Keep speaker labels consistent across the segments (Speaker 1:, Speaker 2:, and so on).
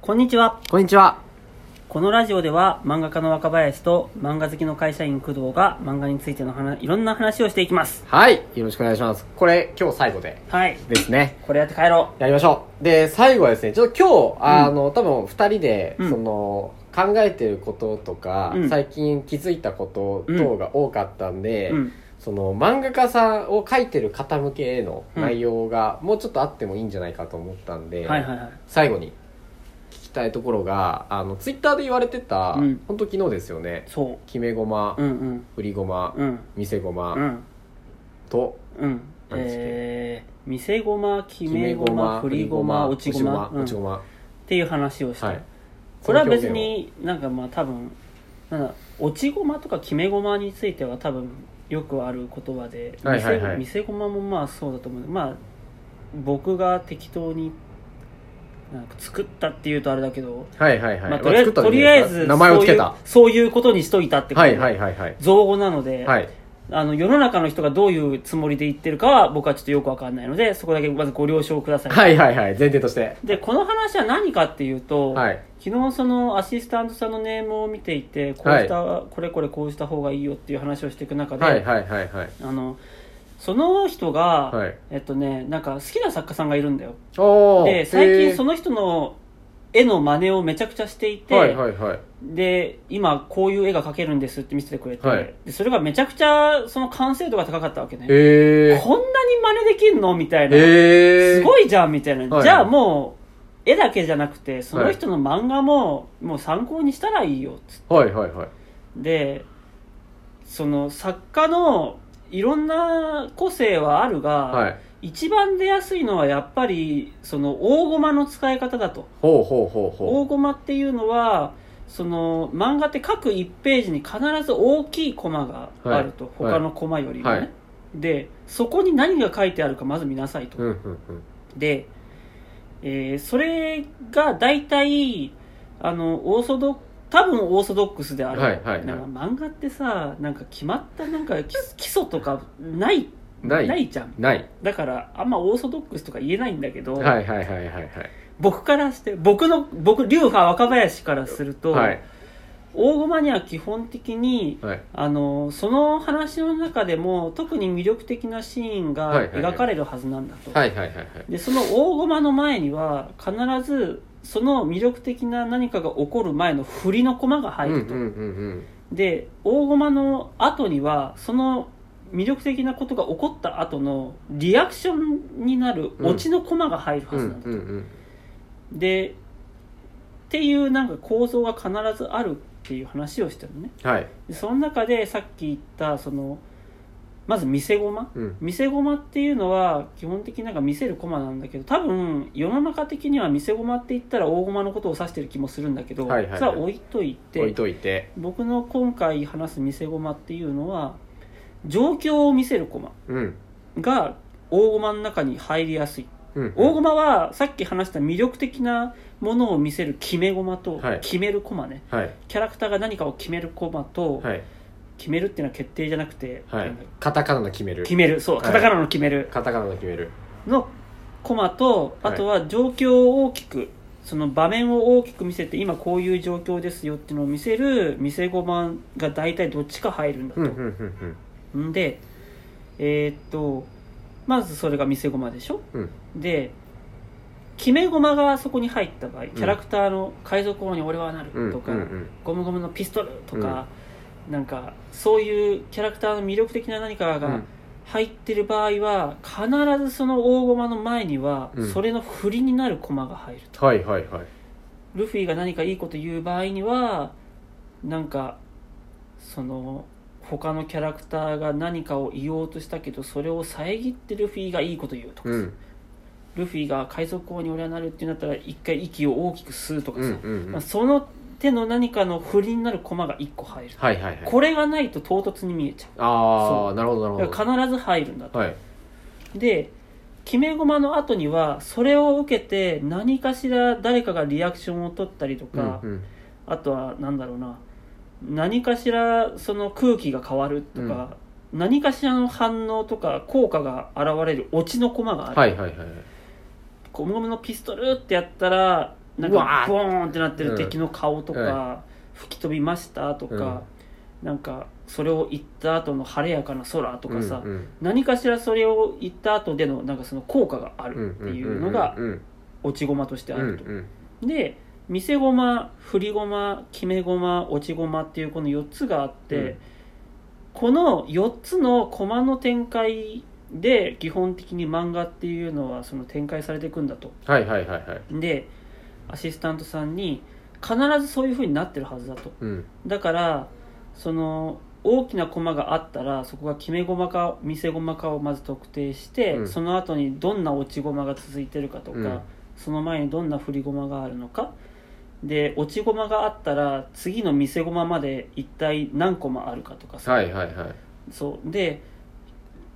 Speaker 1: こんにちは
Speaker 2: こんにちは。
Speaker 1: このラジオでは漫画家の若林と漫画好きの会社員工藤が漫画についての話いろんな話をしていきます
Speaker 2: はい。よろしくお願いします。これ、今日最後で。
Speaker 1: はい
Speaker 2: ですね。
Speaker 1: これやって帰ろ
Speaker 2: やりましょう。で、最後はですね、ちょっと今日、あの、多分二人で、
Speaker 1: うん
Speaker 2: その、考えてることとか、
Speaker 1: うん
Speaker 2: 最近気づいたこと等が多かったんで、
Speaker 1: ううん
Speaker 2: その漫画家さんを描いてる方向けへの内容がもうちょっとあってもいいんじゃないかと思ったんで、
Speaker 1: はいはいはい
Speaker 2: 最後に聞きたいところがあのツイッターで言われて
Speaker 1: う
Speaker 2: た、ほ
Speaker 1: ん
Speaker 2: ん、本当昨日ですよね
Speaker 1: そ
Speaker 2: 決めごま、
Speaker 1: ううんうん
Speaker 2: 振りごま、
Speaker 1: うん
Speaker 2: 見せごま、
Speaker 1: うん
Speaker 2: と
Speaker 1: うん
Speaker 2: 何ですっけ
Speaker 1: えー、見せごま決めごま振りごま落ちごまうん
Speaker 2: 落
Speaker 1: っ
Speaker 2: ちごま、
Speaker 1: ていう話をして、
Speaker 2: はい
Speaker 1: これは別になんかまあ多分なんだ落ちごまとか決めごまについては多分よくある言葉で見せ,、
Speaker 2: はいはいはい
Speaker 1: 見せごまもまあそうだと思うまあ僕が適当になんか作ったっていうとあれだけど、
Speaker 2: その表現をはいはい
Speaker 1: ま
Speaker 2: はい、
Speaker 1: あ、
Speaker 2: まあ
Speaker 1: とりあえず,、
Speaker 2: 作った
Speaker 1: と
Speaker 2: んで
Speaker 1: りあえず
Speaker 2: 名前をつけた
Speaker 1: そういうそういうことにしといたってこと
Speaker 2: は
Speaker 1: で
Speaker 2: いはいはいはい
Speaker 1: 造語なので、
Speaker 2: はい
Speaker 1: あの世の中の人がどういうつもりで言ってるかは僕はちょっとよくわかんないのでそこだけまずご了承ください、
Speaker 2: はいはいはい前提として
Speaker 1: でこの話は何かっていうと、
Speaker 2: はい
Speaker 1: 昨日そのアシスタントさんのネームを見ていてこうした、これこれこうした方がいいよっていう話をしていく中で、
Speaker 2: はいはいはいはい
Speaker 1: あのその人が、
Speaker 2: はい
Speaker 1: えっとねなんか好きな作家さんがいるんだよ
Speaker 2: おー
Speaker 1: で最
Speaker 2: へ
Speaker 1: 近
Speaker 2: ー
Speaker 1: その人の絵の真似をめちゃくちゃしていて、
Speaker 2: はいはいはい
Speaker 1: で今こういう絵が描けるんですって見せてくれて、
Speaker 2: はい
Speaker 1: でそれがめちゃくちゃその完成度が高かったわけね
Speaker 2: えー、
Speaker 1: こんなに真似できんのみたいな、
Speaker 2: えー、
Speaker 1: すごいじゃんみたいな、
Speaker 2: はい
Speaker 1: じゃあもう絵だけじゃなくてその人の漫画ももう参考にしたらいいよっつっ
Speaker 2: はいはいはい
Speaker 1: でその作家のいろんな個性はあるが、
Speaker 2: はい
Speaker 1: 一番出やすいのはやっぱりその大駒の使い方だと
Speaker 2: ほうほうほうほ
Speaker 1: 大駒っていうのはその漫画って各1ページに必ず大きいコマがあると、
Speaker 2: はい
Speaker 1: 他のコマよりもね、
Speaker 2: はい
Speaker 1: でそこに何が書いてあるかまず見なさいと、
Speaker 2: ううんうんうん
Speaker 1: で、えーそれが大体あのオーソド多分オーソドックスである、
Speaker 2: はいはいはい
Speaker 1: なんか漫画ってさなんか決まったなんか基基礎とかない
Speaker 2: ない
Speaker 1: じゃん
Speaker 2: ない
Speaker 1: だからあんまオーソドックスとか言えないんだけど、
Speaker 2: はいはいはいはいはい
Speaker 1: 僕からして僕の僕流派若林からすると、
Speaker 2: はい
Speaker 1: 大駒には基本的に
Speaker 2: はい
Speaker 1: あのその話の中でも特に魅力的なシーン
Speaker 2: は
Speaker 1: が
Speaker 2: いはいはい
Speaker 1: 描かれるはずなんだと、
Speaker 2: はいはいはいはい
Speaker 1: でその大駒の前には必ずその魅力的な何かが起こる前の振りの駒が入
Speaker 2: うんう
Speaker 1: る
Speaker 2: ん
Speaker 1: と、
Speaker 2: うん
Speaker 1: で大駒の後にはその魅力的なことが起こった後のリアクションになるオチの駒が入る
Speaker 2: う
Speaker 1: は
Speaker 2: ん
Speaker 1: ず
Speaker 2: う
Speaker 1: なん
Speaker 2: ん
Speaker 1: だと、
Speaker 2: うん
Speaker 1: でっていうなんか構造が必ずあるっていう話をしてるのね
Speaker 2: はい
Speaker 1: でその中でさっき言ったそのまず見せ駒、
Speaker 2: うん
Speaker 1: 見せ駒っていうのは基本的になんか見せる駒なんだけど多分世の中的には見せ駒って言ったら大駒のことを指してる気もするんだけど、
Speaker 2: はいはいはい
Speaker 1: それは置いといて
Speaker 2: 置いといて
Speaker 1: 僕の今回話す見せ駒っていうのは状況を見せる駒
Speaker 2: うん
Speaker 1: が大駒の中に入りやすい
Speaker 2: うん
Speaker 1: 大駒はさっき話した魅力的なものを見せる決め駒と
Speaker 2: はい
Speaker 1: 決める駒ね、
Speaker 2: はい
Speaker 1: キャラクターが何かを決める駒と
Speaker 2: はい
Speaker 1: 決めるっていうのは決定じゃなくて、
Speaker 2: はい
Speaker 1: なんだろう
Speaker 2: カタカナの決める
Speaker 1: 決めるそう
Speaker 2: はい
Speaker 1: カタカナの決める、
Speaker 2: カタカナの決める
Speaker 1: のコマとあ
Speaker 2: はい
Speaker 1: とは状況を大きくその場面を大きく見せて今こういう状況ですよっていうのを見せる見せ駒が大体どっちか入るんだ
Speaker 2: うんうん
Speaker 1: と、んでえーっとまずそれが見せ駒でしょ
Speaker 2: うんうん
Speaker 1: で決め駒がそこに入った場合キャラクターの海賊王に俺はなるとか、
Speaker 2: うんうん
Speaker 1: ゴムゴムのピストルとか、なんかそういうキャラクターの魅力的な何か
Speaker 2: う
Speaker 1: が
Speaker 2: ん
Speaker 1: 入ってる場合は必ずその大駒の前には
Speaker 2: うん
Speaker 1: それの振りになる駒が入ると、
Speaker 2: はいはいはい
Speaker 1: ルフィが何かいいこと言う場合にはなんかその他のキャラクターが何かを言おうとしたけどそれを遮ってルフィがいいこと言うとか
Speaker 2: う
Speaker 1: さ、
Speaker 2: ん
Speaker 1: ルフィが海賊王に俺はなるってなったら一回息を大きく吸うとか
Speaker 2: うん
Speaker 1: さ、
Speaker 2: うんう
Speaker 1: まあ、
Speaker 2: ん
Speaker 1: その手の何かの振りになる駒が一個入る、
Speaker 2: はいはいはい
Speaker 1: これがないと唐突に見えちゃ
Speaker 2: あ
Speaker 1: そ
Speaker 2: あなるほど
Speaker 1: う
Speaker 2: なる
Speaker 1: だ
Speaker 2: ほ
Speaker 1: か
Speaker 2: ど
Speaker 1: ら必ず入るんだと、
Speaker 2: はい
Speaker 1: で決め駒の後にはそれを受けて何かしら誰かがリアクションを取ったりとか、
Speaker 2: うんうん
Speaker 1: あとは何だろうな何かしらその空気が変わるとか、何かしらの反応とか効果が現れるオチの駒がある、
Speaker 2: はいはいはいはい
Speaker 1: ゴムゴムのピストルってやったらなん
Speaker 2: うわ
Speaker 1: か
Speaker 2: ー
Speaker 1: ボーンってなって
Speaker 2: う
Speaker 1: る
Speaker 2: ん
Speaker 1: 敵の顔とか、吹き飛びましたとか、なんかそれを言った後の晴れやかな空とかさ、
Speaker 2: うん
Speaker 1: 何かしらそれを言った後でのなんかその効果があるっていうのが
Speaker 2: うん
Speaker 1: 落ち駒として
Speaker 2: う
Speaker 1: あ
Speaker 2: んうん
Speaker 1: ると。で見せ駒振り駒決め駒落ち駒っていうこの4つがあって、
Speaker 2: うん
Speaker 1: この4つの駒の展開で基本的に漫画っていうのはその展開されていくんだと
Speaker 2: はいはいはいはい
Speaker 1: でアシスタントさんに必ずそういう風になってるはずだと
Speaker 2: うん
Speaker 1: だからその大きな駒があったらそこが決め駒か見せ駒かをまず特定して、
Speaker 2: うん
Speaker 1: その後にどんな落ち駒が続いてるかとか、
Speaker 2: うん
Speaker 1: その前にどんな振り駒があるのかで落ち駒があったら次の見せ駒まで一体何駒あるかとかさ、
Speaker 2: はいはいはい
Speaker 1: そうで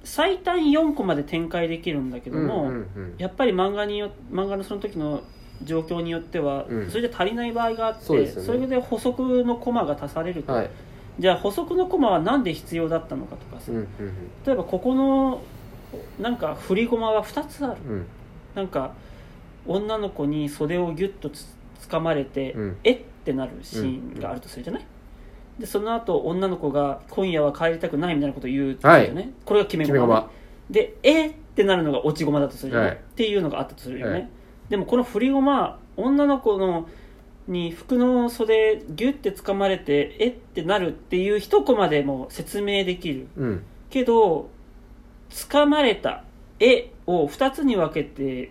Speaker 1: 最短4コマで展開できるんだけども、
Speaker 2: うんうん
Speaker 1: やっぱり漫画によ漫画のその時の状況によっては、
Speaker 2: うん
Speaker 1: それで足りない場合があって
Speaker 2: そうですよね
Speaker 1: れで補足のコマが足される
Speaker 2: う
Speaker 1: と、
Speaker 2: んはい
Speaker 1: じゃあ補足のコマは何で必要だったのかとかさ、
Speaker 2: うんうん
Speaker 1: 例えばここのなんか振り駒は2つある
Speaker 2: うん
Speaker 1: なんか女の子に袖をギュッとつ掴まれて、
Speaker 2: うん
Speaker 1: えってなるシーンがあるとするじゃない、でその後女の子が「今夜は帰りたくない」みたいなことを言うとするじゃない、これが決め
Speaker 2: 決
Speaker 1: 駒
Speaker 2: め駒
Speaker 1: で「えっ?」てなるのが落ち駒だとするよね、
Speaker 2: はい
Speaker 1: っていうのがあったとするよね、
Speaker 2: はい
Speaker 1: でもこの振り駒女の子のに服の袖ギュッて掴まれて「えっ?」てなるっていう一コマでもう説明できる
Speaker 2: うん
Speaker 1: けど掴まれた「え」を2つに分けて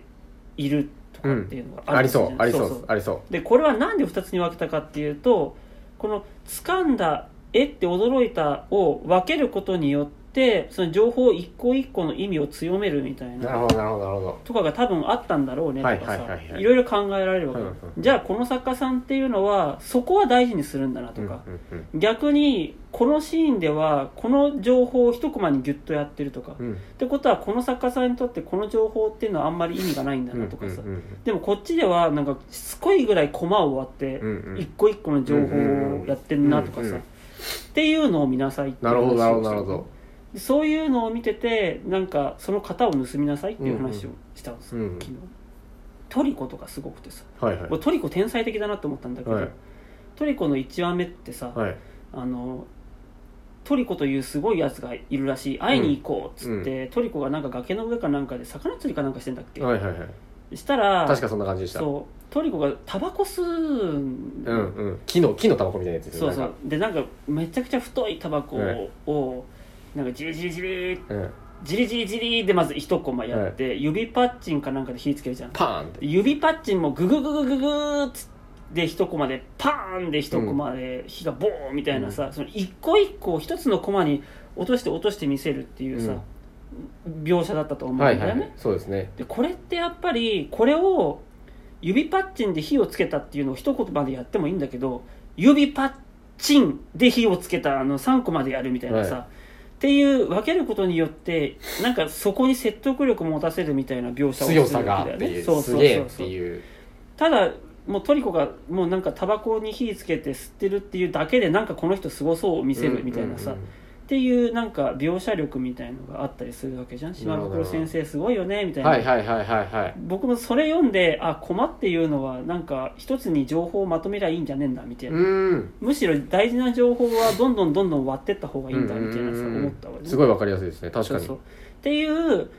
Speaker 1: いるとかっていうのがある
Speaker 2: あり
Speaker 1: わけ
Speaker 2: そう
Speaker 1: じゃない
Speaker 2: ありそうありそう
Speaker 1: でこれはなんで2つに分けたかっていうとこの掴んだ「え」って驚いたを分けることによってその情報一個一個の意味を強めるみたい
Speaker 2: な
Speaker 1: な
Speaker 2: るほどなるほどなるほど
Speaker 1: とかが多分あったんだろうねとか
Speaker 2: はいはい
Speaker 1: さ
Speaker 2: はいはい
Speaker 1: いろいろ考えられるわけ、
Speaker 2: うんうん
Speaker 1: じゃあこの作家さんっていうのはそこは大事にするんだなとか、
Speaker 2: うんうん
Speaker 1: 逆にこのシーンではこの情報を一コマにギュッとやってるとか、
Speaker 2: う
Speaker 1: っ
Speaker 2: んうん
Speaker 1: てことはこの作家さんにとってこの情報っていうのはあんまり意味がないんだ
Speaker 2: うんう
Speaker 1: なんとかさ、
Speaker 2: うん
Speaker 1: でもこっちではなんかしつこいぐらいコマを割って
Speaker 2: うんうん
Speaker 1: 一個一個の情報をやってんなとか
Speaker 2: うんうん
Speaker 1: さ
Speaker 2: うん
Speaker 1: っていうのを見なさいって
Speaker 2: なるほどなるほどなるほ
Speaker 1: ど
Speaker 2: ど
Speaker 1: そういうのを見ててなんかその型を盗みなさいっていう話をしたんですよ、
Speaker 2: うんうん
Speaker 1: 昨日トリコとかすごくてさ
Speaker 2: はいはい
Speaker 1: 俺トリコ天才的だなと思ったんだけど、
Speaker 2: はい
Speaker 1: トリコの1話目ってさ、
Speaker 2: はい
Speaker 1: あのトリコというすごいやつがいるらしい会いに行こうっつって、トリコがなんか崖の上かなんかで魚釣りかなんかしてんだっけ、
Speaker 2: はいはいはい
Speaker 1: したら
Speaker 2: 確かそんな感じでしたう
Speaker 1: そうトリコがタバコ吸うんだよ
Speaker 2: んうん木の木のタバコみたいなやつです
Speaker 1: そ
Speaker 2: よ
Speaker 1: うそ
Speaker 2: なん
Speaker 1: う
Speaker 2: か
Speaker 1: でなんかめちゃくちゃ太いタバコ
Speaker 2: はい
Speaker 1: を、なんかジリジリジリ
Speaker 2: うん
Speaker 1: ジリジリジリでまず一コマやって、指パッチンかなんかで火つけるじゃんで
Speaker 2: パーンって
Speaker 1: 指パッチンもググググググーっつで一コマでパーンで一コマで火がボーンみたいなさ、その一個一個一つのコマに落として落として見せるっていうさ、描写だったと思うんだ
Speaker 2: は
Speaker 1: よ
Speaker 2: い
Speaker 1: ね、
Speaker 2: はいそうですね
Speaker 1: でこれってやっぱりこれを指パッチンで火をつけたっていうのを一言までやってもいいんだけど指パッチンで火をつけたあの3個までやるみたいなさ、
Speaker 2: は
Speaker 1: っていう分けることによってなんかそこに説得力持たせるみたいな描写をするん
Speaker 2: 強
Speaker 1: だ
Speaker 2: さ
Speaker 1: よね
Speaker 2: があっていう
Speaker 1: そう
Speaker 2: す
Speaker 1: そう
Speaker 2: げえ
Speaker 1: そう
Speaker 2: っ
Speaker 1: そ
Speaker 2: て
Speaker 1: う
Speaker 2: いう
Speaker 1: ただもうトリコがもうなんかタバコに火つけて吸ってるっていうだけでなんかこの人すごそうを見せるみたいなさ、
Speaker 2: うんうんうん
Speaker 1: っていうなんか描写力みたいのがあったりするわけじゃん島袋先生すごいよねみたいな、
Speaker 2: はいはいはいはいはい
Speaker 1: 僕もそれ読んであ駒っていうのはなんか一つに情報をまとめりゃいいんじゃねえんだみたいうな、
Speaker 2: ーん
Speaker 1: むしろ大事な情報はどんどんどんどん割ってった方がいいんだみたいなさ
Speaker 2: うんうんうん
Speaker 1: 思ったわね
Speaker 2: すごいわかりやすいですね確
Speaker 1: そ
Speaker 2: か
Speaker 1: う
Speaker 2: に
Speaker 1: そうっていう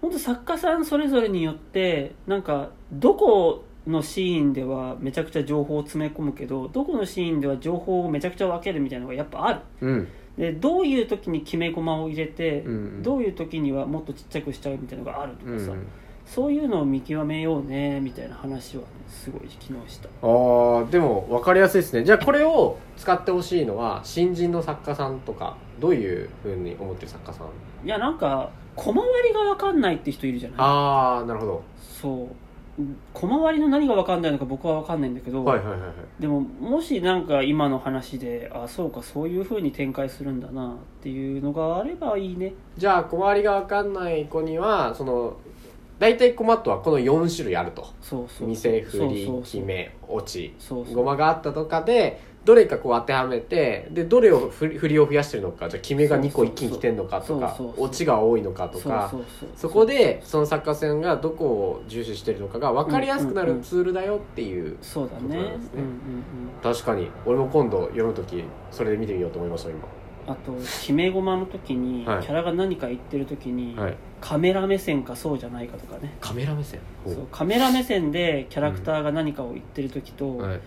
Speaker 1: 本当作家さんそれぞれによってなんかどこのシーンではめちゃくちゃ情報を詰め込むけどどこのシーンでは情報をめちゃくちゃ分けるみたいなのがやっぱある
Speaker 2: うん
Speaker 1: でどういう時に決め駒を入れて、
Speaker 2: うんうん
Speaker 1: どういう時にはもっとちっちゃくしちゃうみたいなのがあると
Speaker 2: う
Speaker 1: かさ、
Speaker 2: ん
Speaker 1: そういうのを見極めようねみたいな話はねすごい昨日した
Speaker 2: あーでもわかりやすいですねじゃあこれを使ってほしいのは新人の作家さんとかどういうふうに思ってる作家さん
Speaker 1: いやなんか小回りが分かんないって人いるじゃない
Speaker 2: ああなるほど
Speaker 1: そううん小回りの何が分かんないのか僕は分かんないんだけど、
Speaker 2: はいはいはいはい
Speaker 1: でももしなんか今の話であそうかそういう風に展開するんだなっていうのがあればいいね
Speaker 2: じゃあ小回りがわかんない子にはその大体コマットはこの4種類あると
Speaker 1: そうそう
Speaker 2: 未成振
Speaker 1: そうそ
Speaker 2: り
Speaker 1: う
Speaker 2: 決め落ち
Speaker 1: そうそう
Speaker 2: ゴマがあったとかでどれかこう当てはめてでどれを振り振りを増やしてるのかじゃあ決めが2個一気に来てるのかとか
Speaker 1: そうそうそう
Speaker 2: 落ちが多いのかとか
Speaker 1: そうそう
Speaker 2: そこでその作家さんがどこを重視してるのかが分かりやすくな
Speaker 1: うんうん
Speaker 2: る
Speaker 1: うん
Speaker 2: ツールだよっていう
Speaker 1: そうだね
Speaker 2: そうなんです
Speaker 1: う
Speaker 2: ね
Speaker 1: んうんうん
Speaker 2: 確かに俺も今度読む時それで見てみようと思いました今
Speaker 1: あと決め駒の時に、
Speaker 2: はい
Speaker 1: キャラが何か言ってる時に、
Speaker 2: はい
Speaker 1: カメラ目線かそうじゃないかとかね
Speaker 2: カメラ目線
Speaker 1: そうカメラ目線でキャラクターが何かを言ってる時と、
Speaker 2: はい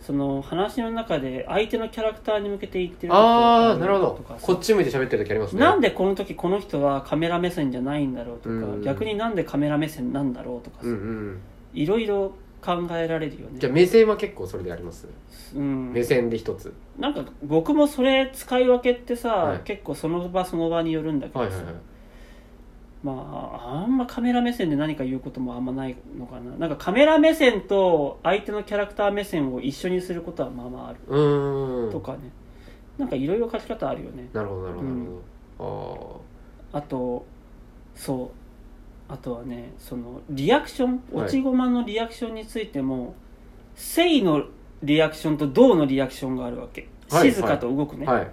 Speaker 1: その話の中で相手のキャラクターに向けて言ってる時と
Speaker 2: ああなるほど
Speaker 1: とかさ
Speaker 2: こっち向いて喋ってる時ありますね
Speaker 1: なんでこの時この人はカメラ目線じゃないんだろうとか、
Speaker 2: うん
Speaker 1: 逆になんでカメラ目線なんだろうとかさ
Speaker 2: うんうん
Speaker 1: いろいろ考えられるよね
Speaker 2: じゃあ目線は結構それであります
Speaker 1: うん
Speaker 2: 目線で一つ
Speaker 1: なんか僕もそれ使い分けってさ、
Speaker 2: はい
Speaker 1: 結構その場その場によるんだけど
Speaker 2: は
Speaker 1: さ、
Speaker 2: いはいはい
Speaker 1: まああんまカメラ目線で何か言うこともあんまないのかななんかカメラ目線と相手のキャラクター目線を一緒にすることはまあまあある、
Speaker 2: うーん
Speaker 1: とかねなんかいろいろ書き方あるよね
Speaker 2: なるほどなるほどなるほ
Speaker 1: あとそうあとはねそのリアクション落ち駒のリアクションについても「せい」のリアクションと「どう」のリアクションがあるわけ
Speaker 2: はい
Speaker 1: 静かと動くね、
Speaker 2: どはい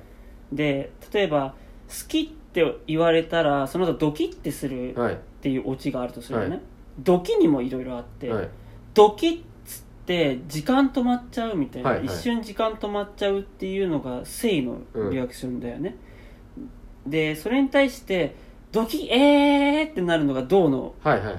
Speaker 1: で例えば「好き」って言われたらその後ドキッてするっ
Speaker 2: はい
Speaker 1: ていうオチがあるとするよね、
Speaker 2: は
Speaker 1: ドキにもいろいろあって、
Speaker 2: はい
Speaker 1: ドキッつって時間止まっちゃうみたいな、
Speaker 2: はいはい
Speaker 1: 一瞬時間止まっちゃうっていうのが誠意のリアクションだよね、でそれに対してドキえーってなるのがどうの
Speaker 2: はいはいはい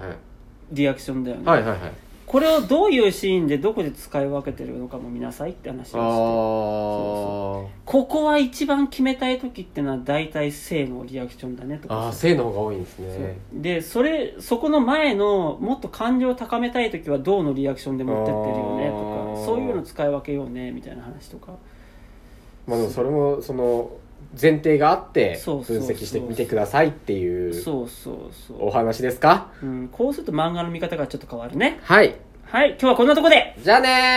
Speaker 1: リアクションだよね、
Speaker 2: はいはいはい
Speaker 1: これをどういうシーンでどこで使い分けてるのかも見なさいって話
Speaker 2: あ
Speaker 1: をして
Speaker 2: ー
Speaker 1: ここは一番決めたい時ってのは大体性のリアクションだねと
Speaker 2: あ
Speaker 1: か
Speaker 2: ー
Speaker 1: さ
Speaker 2: 性の方が多いんですね
Speaker 1: でそれそこの前のもっと感情を高めたい時はどうのリアクションで持ってってるよねと
Speaker 2: あ
Speaker 1: か
Speaker 2: ー
Speaker 1: そういうの使い分けようねみたいな話とか
Speaker 2: まあでもそれもその前提があって
Speaker 1: そ
Speaker 2: 分
Speaker 1: うそうそう
Speaker 2: 析してみてくださいっていう
Speaker 1: そうそうそ
Speaker 2: お話ですか
Speaker 1: う、うん、こうすると漫画の見方がちょっと変わるね
Speaker 2: はい
Speaker 1: はい今日はこんなとこで
Speaker 2: じゃあねー